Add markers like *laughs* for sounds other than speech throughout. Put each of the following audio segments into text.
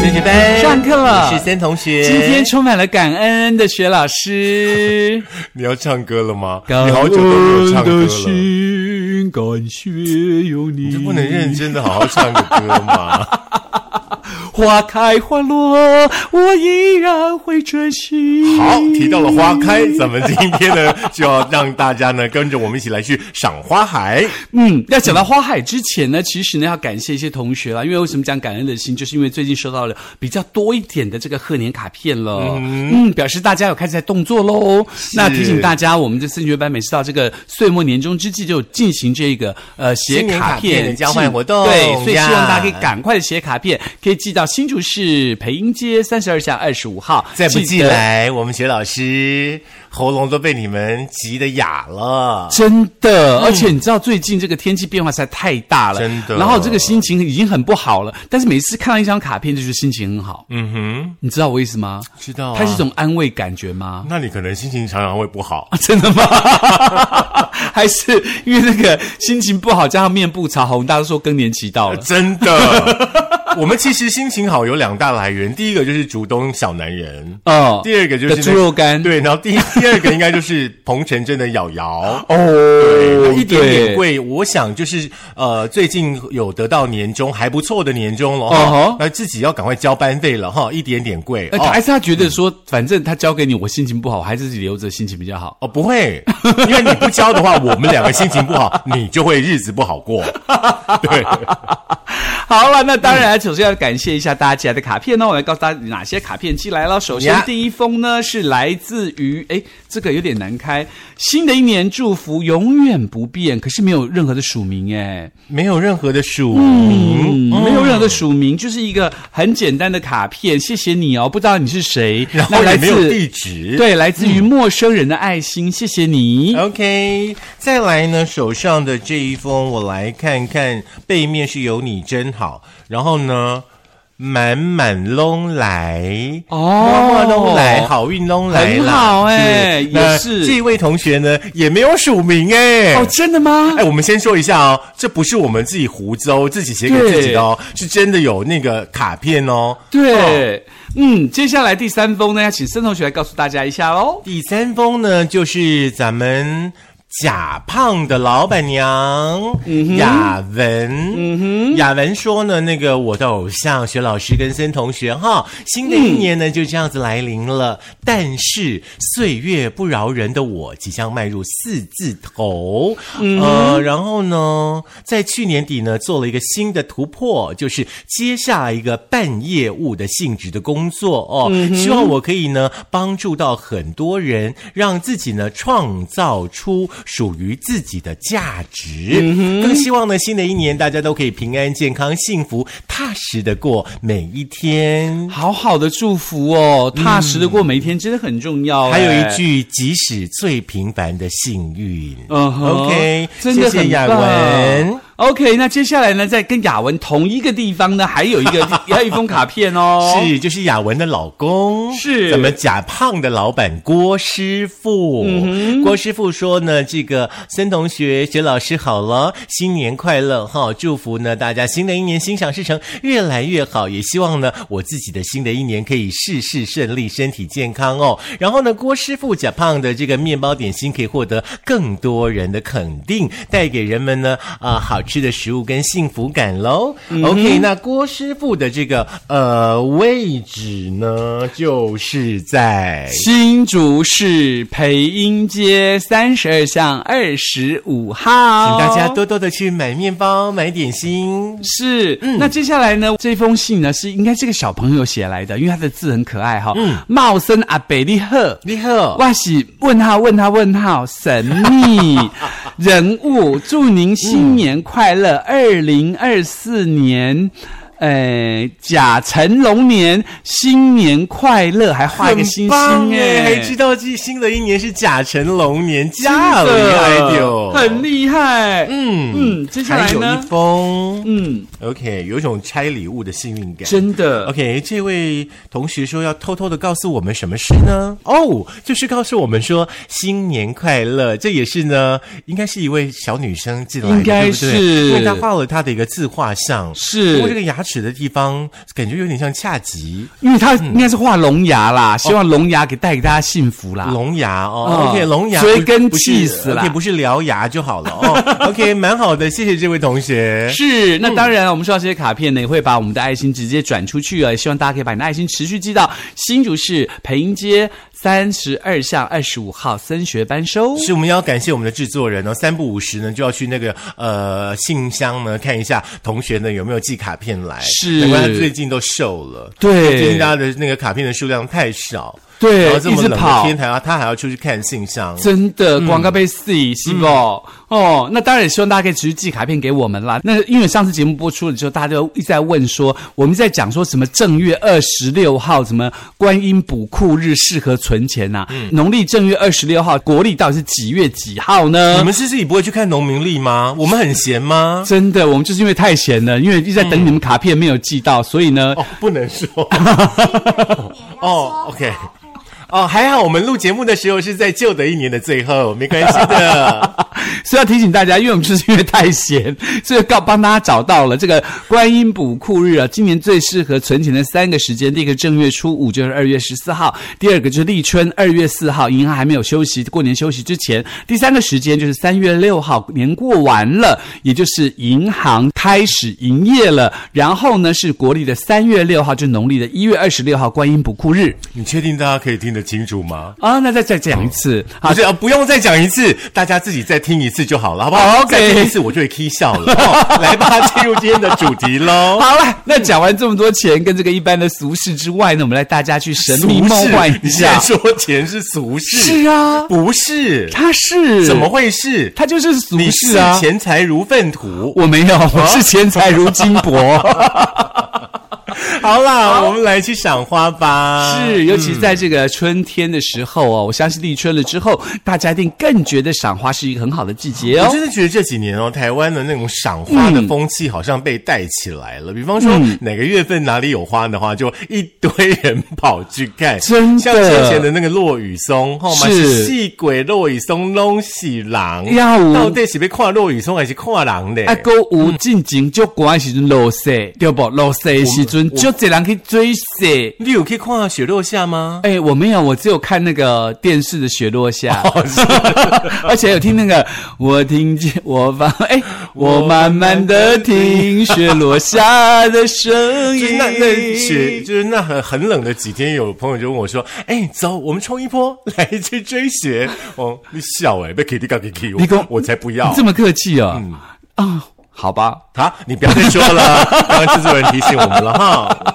三学班上课了我是森同学。今天充满了感恩的学 *laughs* 老师，你要唱歌了吗？感你好久都没有唱歌恩的了，心，感谢有你你，就不能认真的好好唱个歌吗？花开花落，我依然会珍惜。好，提到了花开，咱们今天呢就要让大家呢跟着我们一起来去赏花海。嗯，要讲到花海之前呢，其实呢要感谢一些同学啦，因为为什么讲感恩的心，就是因为最近收到了比较多一点的这个贺年卡片了，嗯表示大家有开始在动作喽。那提醒大家，我们这升学班每次到这个岁末年终之际，就有进行这个呃写新年卡卡片的交换寄活动对，所以希呀望大家可以赶快的写卡片，可以寄到新竹市培英街三十二巷二十五号，再不寄得来，我们学老师喉咙都被你们急得哑了。真的，而且你知道最近这个天气变化实在太大嗯了，真的然后这个心情已经很不好了，但是每次看到一张卡片，就是心情很好。嗯哼，你知道我意思吗？知道啊它是一种安慰感觉吗？ *laughs* 那你可能心情常常会不好。真的吗？ *laughs* 还是因为那个心情不好，加上面部潮红，大家都说更年期到了。真 *laughs* 的，我们其实心情好有两大来源，第一个就是竹东小男人。哦，呃第二个就是那的猪肉干对，然后第第二个应该就是彭城镇的瑶瑶， *laughs* 哦，对，一点点对。贵，我想就是呃，最近有得到年终还不错的年终了哦哈吼，那、自己要赶快交班费了哈，一点点贵呃，哦还是他觉得说，反正他交给你，我心情不好，我还是自己留着，心情比较好。哦，不会，因为你不交的话，我们两个心情不 *laughs* 好，你就会日子不好过。对，好了，那当然，首先要感谢一下大家寄来的卡片呢、我来告诉大家哪些卡片寄来了。首先呀第一封呢是来自于，哎，这个有点难开。新的一年祝福永远不变，可是没有任何的署名，哎，没有任何的署名，嗯，没有任何的署名，就是一个很简单的卡片。谢谢你哦，不知道你是谁， *laughs* 然后那来也没有自地址。嗯对，来自于陌生人的爱心，谢谢你。 *laughs* OK，再来呢，手上的这一封，我来看看，背面是有你真好，然后呢，满满拢来哦摸摸拢来，好运拢来啦，很好哎那也是这位同学呢，也没有署名哎、哦，真的吗？哎，我们先说一下哦，这不是我们自己胡诌、自己写给自己的哦，是真的有那个卡片哦。哦对，嗯，接下来第三封呢，要请森同学来告诉大家一下哦喽。第三封呢，就是咱们假胖的老板娘、雅文。雅文说呢，那个我的偶像学老师跟森同学哈，新的一年呢、就这样子来临了。但是岁月不饶人的我，即将迈入四字头。呃，然后呢，在去年底呢，做了一个新的突破，就是接下来一个半业务的性质的工作哦。嗯希望我可以呢，帮助到很多人，让自己呢创造出属于自己的价值。嗯更希望呢，新的一年大家都可以平安、健康、幸福、踏实的过每一天。好好的祝福哦，踏实的过每一天真的很重要嗯哎。还有一句，即使最平凡的幸运。嗯哼 OK，真的谢谢很雅棒文。。 OK，那接下来呢，在跟雅文同一个地方呢，还有一 *laughs* 个还有一封卡片哦。。是，就是雅文的老公，是咱们假胖的老板郭师傅。嗯郭师傅说呢，这个森同学、学老师好了，新年快乐哈！祝福呢大家新的一年心想事成，越来越好。也希望呢我自己的新的一年可以事事顺利，身体健康哦。然后呢，郭师傅假胖的这个面包点心可以获得更多人的肯定，带给人们呢啊、好吃的食物跟幸福感喽。OK，那嗯郭师傅的这个呃位置呢，就是在新竹市培英街三十二巷二十五请号，大家多多的去买面包、买点心。是，嗯那接下来呢？这封信呢是应该是个小朋友写来的，因为他的字很可爱哈、嗯茂森阿贝利赫，你好，哇喜问号问号问号神秘嗯人物，祝您新年快乐，二零二四年。哎，甲辰龙年，新年快乐，还画一个星星哎，还哎，知道这新的一年是甲辰龙年，假加了丢，哎很厉害。嗯嗯接下来还有呢一封，嗯， OK，有一种拆礼物的幸运感。真的 OK，这位同学说要偷偷的告诉我们什么事呢？哦，就是告诉我们说新年快乐。这也是呢，应该是一位小女生进来的，应该对不对是因为她画了她的一个自画像，是哦不过这个牙齿的地方感觉有点像恰吉因为他应该是画龙牙啦，希哦望龙牙给带给大家幸福啦。龙牙哦啊哦 OK，龙牙追根不是气死啦 OK，不是獠牙就好了哦。OK，蛮好的，谢谢这位同学。是，嗯那当然了，我们收到这些卡片呢，也会把我们的爱心直接转出去啊，也希望大家可以把你的爱心持续寄到新竹市培英街三十二巷二十五号升学班收。是我们要感谢我们的制作人哦，三不五十呢就要去那个呃信箱呢看一下同学呢有没有寄卡片来，是难怪他最近都瘦了，对最近大家的那个卡片的数量太少，对然后这么一直冷的跑天还要他还要出去看信箱。真的，广告被死，是不？嗯哦，那当然也希望大家可以持续寄卡片给我们啦。那因为上次节目播出了之后，大家就一直在问说，我们在讲说什么正月二十六号什么观音补库日适合存钱呐、嗯农历正月二十六号，国历到底是几月几号呢？你们是自己不会去看农民历吗？我们很闲 *laughs* 吗？真的，我们就是因为太闲了，因为一直在等你们卡片没有寄到，所以呢，哦，不能 *laughs* 说哦哦，OK。哦，还好我们录节目的时候是在旧的一年的最后，没关系 *laughs* 的。所以要提醒大家，因为我们就是因为太闲， *laughs* 所以告帮大家找到了这个观音补库日啊，今年最适合存钱的三个时间，第一个正月初五就是二月十四号，第二个就是立春二月四号，银行还没有休息，过年休息之前，第三个时间就是三月六号，年过完了，也就是银行开始营业了，然后呢是国历的三月六号，就是农历的一月二十六号观音补库日你确定大家可以听得清楚吗？啊，那再再讲一次，好不。是、啊，不用再讲一次，大家自己再听一次就好了，好不好好，OK 再听一次我就会 k 笑了。 *laughs* 哦来吧，进入今天的主题喽。好了，那讲完这么多钱跟这个一般的俗事之外呢，我们来大家去 *laughs* 神秘梦幻俗事一你现在下。说钱是俗事，是啊不是？他是怎么？会是？他就是俗你事啊！钱财如粪土。我没有，我是钱财如金箔。好啦，我们来去赏花吧。 *laughs* *laughs* 是，尤其在这个春天的时候哦，我相信立春了之后，大家一定更觉得赏花是一个很好的季节我哦。真的觉得这几年哦，台湾的那种赏花的风气好像被带起来了。比方说嗯哪个月份哪里有花的话，就一堆人跑去看。真的像之前的那个落雨松，吼嘛是是戏鬼落雨松拢是狼，呀有到底是被看落雨松还是看狼的？啊，购物进前就赶的时阵落雪，对不？落雪的时阵，就这人去追雪。你有去看雪落下吗？哎、我没有，我只有看那个电视的雪落下，哦 *laughs* 而且有听那个，我听见我 *laughs* 发，哎、我慢慢的听雪落下的声就音是。那那雪，就是那很很冷的几天，有朋友就问我说：“哎、走，我们冲一波， *laughs* 来去追雪。”哦，你笑哎、被 Kitty 告给 Kitty，你跟我我才不要嗯你这。么客气哦，啊，好吧，好，你不要再说 *laughs* 了，刚刚制作人提醒我们了哈。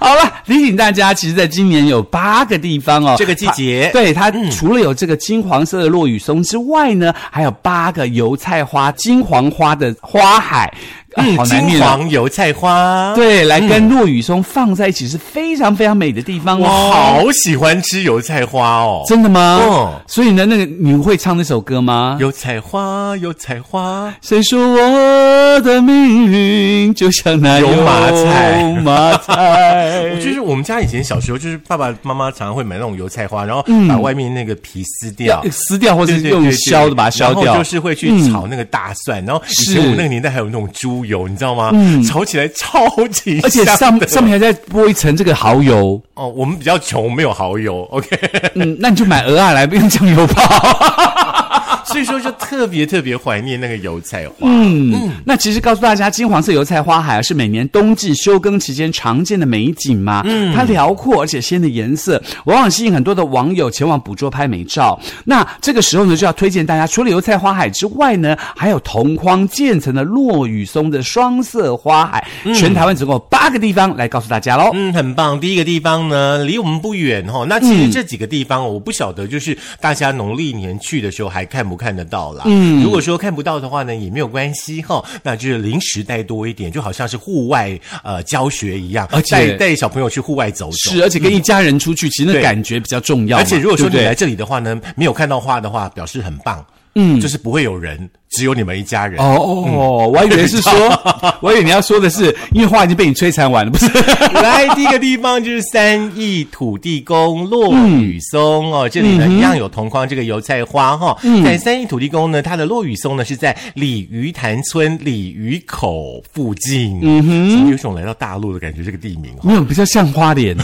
好了，提醒大家，其实在今年有八个地方哦，这个季节嗯它对它除了有这个金黄色的落羽松之外呢，还有八个油菜花、金黄花的花海，啊好难金念哦。黄油菜花，，对，来跟落羽松放在一起是非常非常美的地方我哦。好喜欢吃油菜花哦。真的吗？嗯所以呢，那个你会唱那首歌吗？油菜花，油菜花，谁说我的命运就像那油麻菜油麻菜我就是我们家以前小时候，就是爸爸妈妈常常会买那种油菜花，然后把外面那个皮撕掉，撕掉，或者对是对嗯用对对削的把它削然掉，嗯后就是会去炒那个大蒜，然后以前是我们那个年代还有那种猪油，你知道吗？炒起来超级嗯而且香上的上面还再拨一层这个蚝油，哦，我们比较穷，没有蚝油，OK， *laughs* 嗯，那你就买鹅啊来用酱油泡。所以说就特别特别怀念那个油菜花。嗯，那其实告诉大家，金黄色油菜花海啊是每年冬季休耕期间常见的美景嘛。嗯，它辽阔而且鲜的颜色，往往吸引很多的网友前往捕捉拍美照。那这个时候呢，就要推荐大家，除了油菜花海之外呢，还有同框渐层的落羽松的双色花海，全台湾总共有八个地方来告诉大家喽。嗯，很棒。第一个地方呢，嗯哦离我们不远哦。那其实这几个地方，我不晓得，就是大家农历年去的时候还看不看得到啦。嗯，如果说看不到的话呢，也没有关系哈、那就是零食带多一点，就好像是户外呃教学一样，而且带带小朋友去户外走走。是，而且跟一家人出去，其实那对感觉比较重要嘛。而且如果说对不你对来这里的话呢，没有看到花的话，表示很棒。嗯，就是不会有人，只有你们一家人。哦哦，我还以为 *laughs* 是说，我以为你要说的是，因为话已经被你摧残完了，不是？ *laughs* 来，第一个地方就是三义土地公落雨松、哦，这里呢、一样有同框这个油菜花哈、在三义土地公呢，它的落雨松呢是在鲤鱼潭村鲤鱼口附近，嗯哼，怎么有种来到大陆的感觉？这个地名哦。没有，比较像花莲。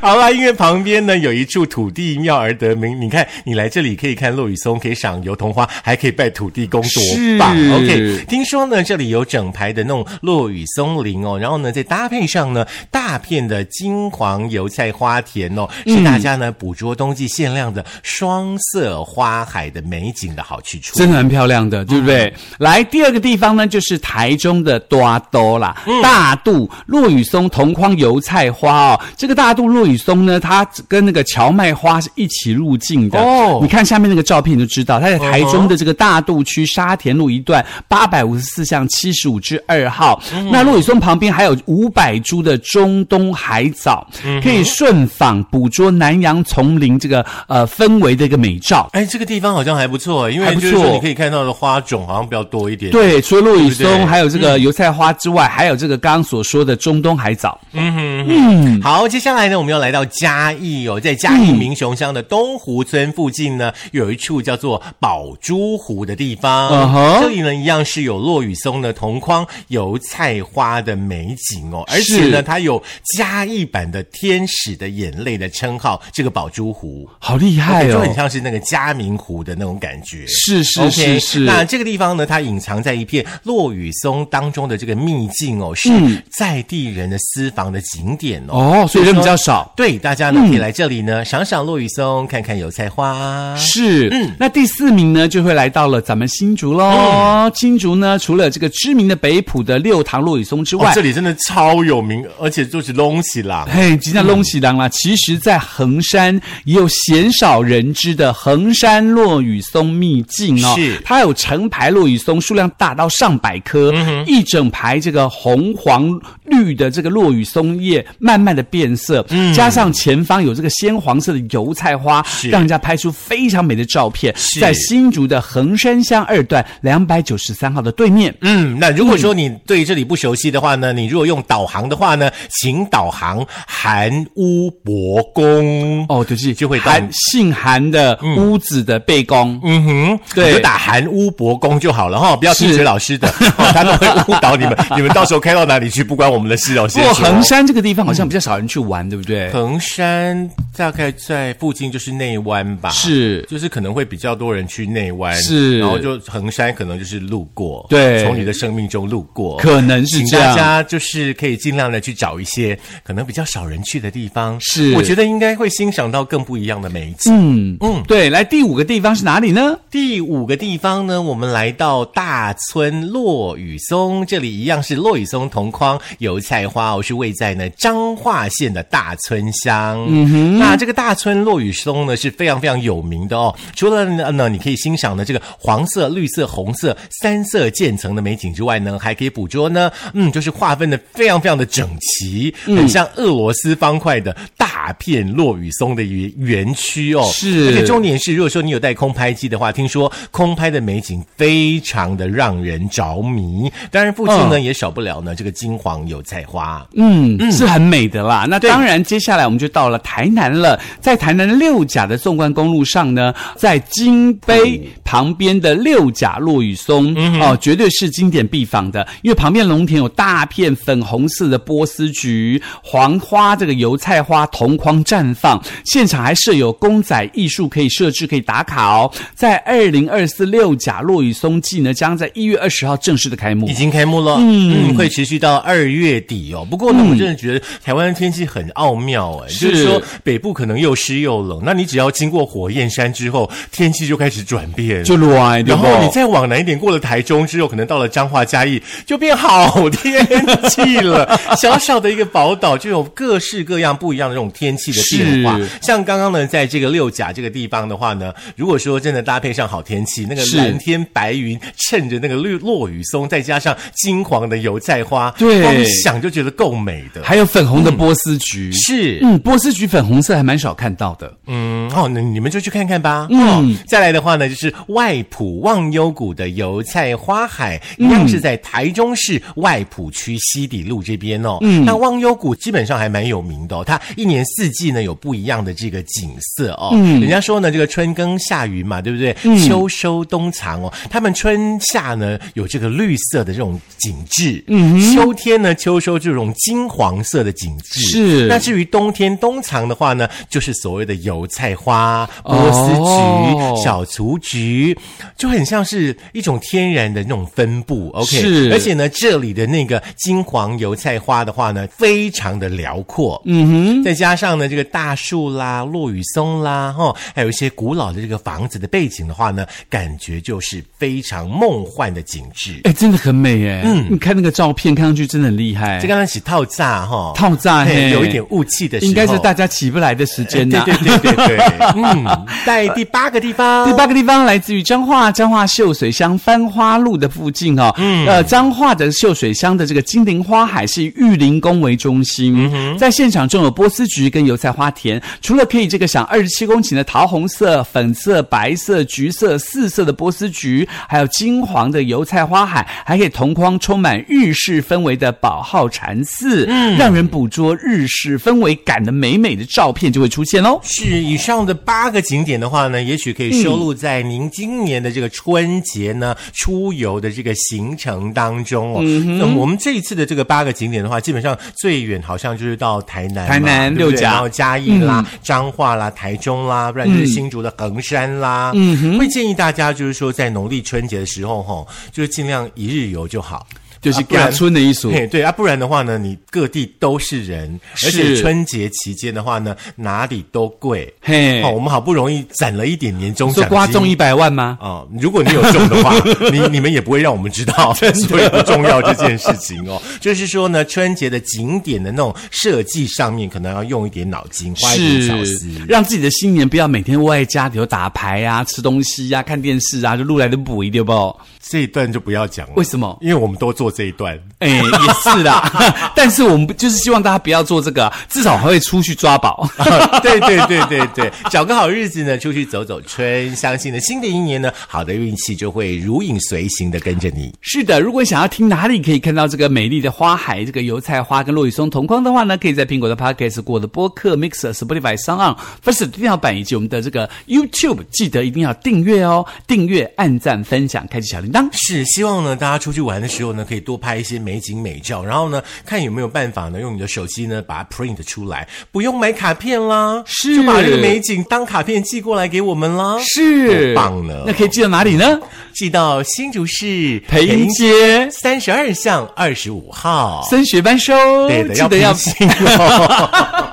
好啦，因为旁边呢有一处土地庙而得名。你看，你来这里可以看落雨松，可以赏油桐花，还可以拜土地公，多棒是！OK，听说呢这里有整排的那种落雨松林哦，然后呢再搭配上呢大片的金黄油菜花田哦，嗯是大家呢捕捉冬季限量的双色花海的美景的好去处。真的很漂亮的，对不对？来，第二个地方呢，就是台中的多多啦，大肚落羽松同框油菜花哦。这个大肚落羽松呢，它跟那个荞麦花是一起入境的。哦你看下面那个照片就知道，它在台中的这个大肚区沙田路一段八百五十四巷七十五至二号。那落羽松旁边还有五百株的中东海藻，可以顺访捕捉南洋丛林这个呃氛围的一个美照。哎，这个地方好像还不错，因为还不就错是说你可以看到的花种好像比较多一点。对，嗯除了落羽对不对松，还有这个油菜花之外，还有这个刚刚所说的中东海藻。嗯嗯好，接下来呢，我们要来到嘉义哦，在嘉义民雄乡的东湖村附近呢，有一处叫做宝珠湖的地方。嗯哼这里呢，一样是有落雨松的同框油菜花的美景哦，而且是呢，它有嘉义版的天使的眼泪的称号。这个宝珠湖，好厉害就哦很！像是那个嘉明湖的那种感觉。是是 OK，是是，那这个地方呢，它隐藏在一片落雨松当中的这个秘境哦，是在地人的私房的景点哦。嗯哦，所以人比较少。对，大家呢可以来这里呢赏赏落雨松，看看油菜花。是，那第四名呢，就会来到了咱们新竹喽。新竹呢，除了这个知名的北浦的六堂落羽松之哇，外，这里真的超有名，而且就是东西啦。嘿，嗯吉祥龙喜郎啦，其实，在衡山也有鲜少人知的衡山落羽松秘境哦。是它有成排落羽松，数量大到上百棵，嗯一整排这个红黄绿的这个落羽松叶慢慢的变色，嗯加上前方有这个鲜黄色的油菜花，让人家拍出非常美的照片。是在新竹的衡山乡二段两百九十三号的对面。嗯，那如果说你对这里不熟悉的话呢，你如果用导航的话呢，请导航韩屋博宫。哦，就是就会到韩姓韩的屋子的背公，嗯哼，对你就打韩屋博宫就好了哈，不要听是学老师的，哦他都会误导你们。 *laughs* 你们到时候开到哪里去，不关我们的事哦。不先过说衡山这个地方好像比较少人去玩，对不对？衡山大概在附近就是内湾吧，是就是可能会比较多人去内湾，是然后就衡山可能就是路过，对从你的生命中路过，可能是请这大样。家就是可以尽量的去找一些可能比较少人去的地方，是我觉得应该会欣赏到更不一样的美景。嗯嗯，对，来第五个地方是哪里呢？第五个地方呢，我们来到大村落雨松，这里一样是落雨松同框油菜花哦，是位在呢彰化县的大村乡。嗯哼，那这个大村落雨松呢是非常非常有名的哦。除了呢，呢你可以欣赏呢这个黄色、绿色、红色三色渐层的美景之外呢，还可以捕捉呢，嗯，就是划分的非常非常的整齐，很像俄罗斯方块的大片落雨松的园园区哦。是而且重点是，如果说你有带空拍机的话，听说空拍的美景非常的让人着迷。当然，附近呢、也少不了呢这个金黄油菜花。嗯，是很美的啦。那当然，接下来我们就到了台南了。在台南六甲的纵贯公路上呢，在金杯旁边的六甲落羽松哦，绝对是经典必访的，因为旁边农田有大片粉红色的波斯菊、黄花这个油菜花同框绽放，现场还设有公仔艺术可以设置可以打卡哦。在二零二四六甲落羽松季呢，将在一月二十号正式的开幕已。经开幕了，嗯，会持续到二月底哦。不过呢，我真的觉得台湾的天气很奥妙哎，嗯是就是说北部可能又湿又冷，那你只要经过火焰山之后，天气就开始转变。就来，对然不后你再往南一点，过了台中之后，可能到了彰化嘉义，就变 *laughs* *laughs* 好天气了。小小的一个宝岛，就有各式各样不一样的这种天天气的变化是。像刚刚呢，在这个六甲这个地方的话呢，如果说真的搭配上好天气，那个是蓝天白云衬着那个绿落雨松，再加上金黄的油菜花，对光想就觉得够美的。还有粉红的波斯菊。是，嗯，波斯菊粉红色还蛮少看到的。嗯，哦，那你们就去看看吧。嗯、再来的话呢，就是外埔忘忧谷的油菜花海，一样是在台中市外埔区西底路这边哦。嗯，那忘忧谷基本上还蛮有名的哦，它一年四季呢有不一样的这个景色哦。嗯，人家说呢，这个春耕夏耘嘛，对不对？秋收冬藏哦，他们春夏呢有这个绿色的这种景致，嗯，秋天呢秋收这种金黄色的景致是那至于冬天冬藏的话呢，就是所谓的油菜花、波斯菊、哦小雏菊，就很像是一种天然的那种分布。OK，是而且呢，这里的那个金黄油菜花的话呢，非常的辽阔。嗯再加上呢，这个大树啦、落雨松啦，哦，还有一些古老的这个房子的背景的话呢，感觉就是非常梦幻的景致哼，。哎，真的很美哎。嗯，你看那个照片，看上去真的很厉害。这刚开始套炸哈，套炸嘿嘿有一点雾气的时候，哎应该是大家起不来的时间呐、对对对对对， *laughs* 嗯，在第八个地方，第八个地方来自于彰化，彰化秀水乡番花路的附近哦。嗯，呃，彰化的秀水乡的这个金陵花海是以玉林宫为中嗯心，在现场种有波斯菊跟油菜花田。除了可以这个赏二十七公顷的桃红色、粉色、白色、橘色四色的波斯菊，还有金黄的油菜花海，还可以同框充满日式氛围的宝号禅寺，嗯，让人捕捉日式氛围感的美美的照片就会出现哦喽。是以上的八个景点的话呢，也许可嗯以收录在您今年的这个春节呢、出游的这个行程当中哦。嗯那我们这一次的这个八个景点的话，基本上最远好像就是到台南嘛，台南对不对六甲嗯然后嘉义啦、彰化啦、台中啦，不然就是新竹的横山啦。嗯哼，会建议大家就是说，在农历春节的时候哈、哦，就是尽量一日游就好。就是啊不然家村的艺术，嘿，对啊，不然的话呢，你各地都是人，而且春节期间的话呢，哪里都贵。嘿哦，我们好不容易攒了一点年终说奖瓜中金。一百万吗？哦，如果你有中的话， *laughs* 你你们也不会让我们知 *laughs* 道，所以不重要这件事情哦。就是说呢，春节的景点的那种设计上面，可能要用一点脑筋，花一点巧思。让自己的新年不要每天窝在家里头打牌啊、吃东西啊、 *laughs* 看电视啊，就录来的补一对不？这一段就不要讲了，为什么因为我们都做这一段。哎，也是啦， *laughs* 但是我们就是希望大家不要做这个，至少还会出去抓宝。 *laughs* *laughs* 对对对对对，找个好日子呢，出去走走春，相信呢，新的一年呢，好的运气就会如影随形的跟着你。是的，如果想要听哪里可以看到这个美丽的花海、这个油菜花跟落雨松同框的话呢，可以在苹果的 Podcast、我的播客 Mixer、Spotify、s o n First 电脑版以及我们的这个 YouTube，记得一定要订阅哦，订阅、按赞、分享、开启小铃铛。是，希望呢，大家出去玩的时候呢，可以多拍一些美景美照，然后呢，看有没有办法呢，用你的手机呢把它 print 出来，不用买卡片啦，是就把这个美景当卡片寄过来给我们啦，是，多棒呢那可以寄到哪里呢？寄到新竹市培英街三十二巷二十五号。升学班收，对的，记 *laughs* 得要平心哦。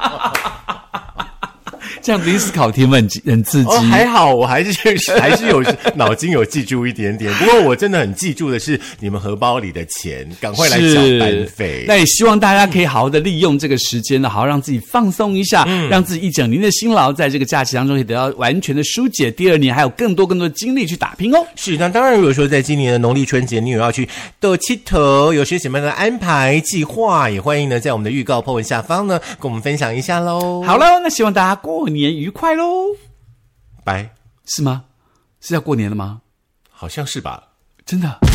*laughs* 这样子一思考题目很很刺激。哦，还好，我 *laughs* 还是还是有脑筋有记住一点点。不过我真的很记住的是你们荷包里的钱，赶快来缴班费。那也希望大家可以好好的利用这个时间呢，好好让自己放松一下，嗯让自己一整年的辛劳在这个假期当中可以得到完全的疏解。第二年还有更多更多的精力去打拼哦。是，那当然，如果说在今年的农历春节，你有要去斗七头，有些什么样的安排计划，也欢迎呢在我们的预告 po 文下方呢跟我们分享一下喽。好，喽，那希望大家过年愉快喽，拜，是吗？是要过年了吗？好像是吧。真的。啊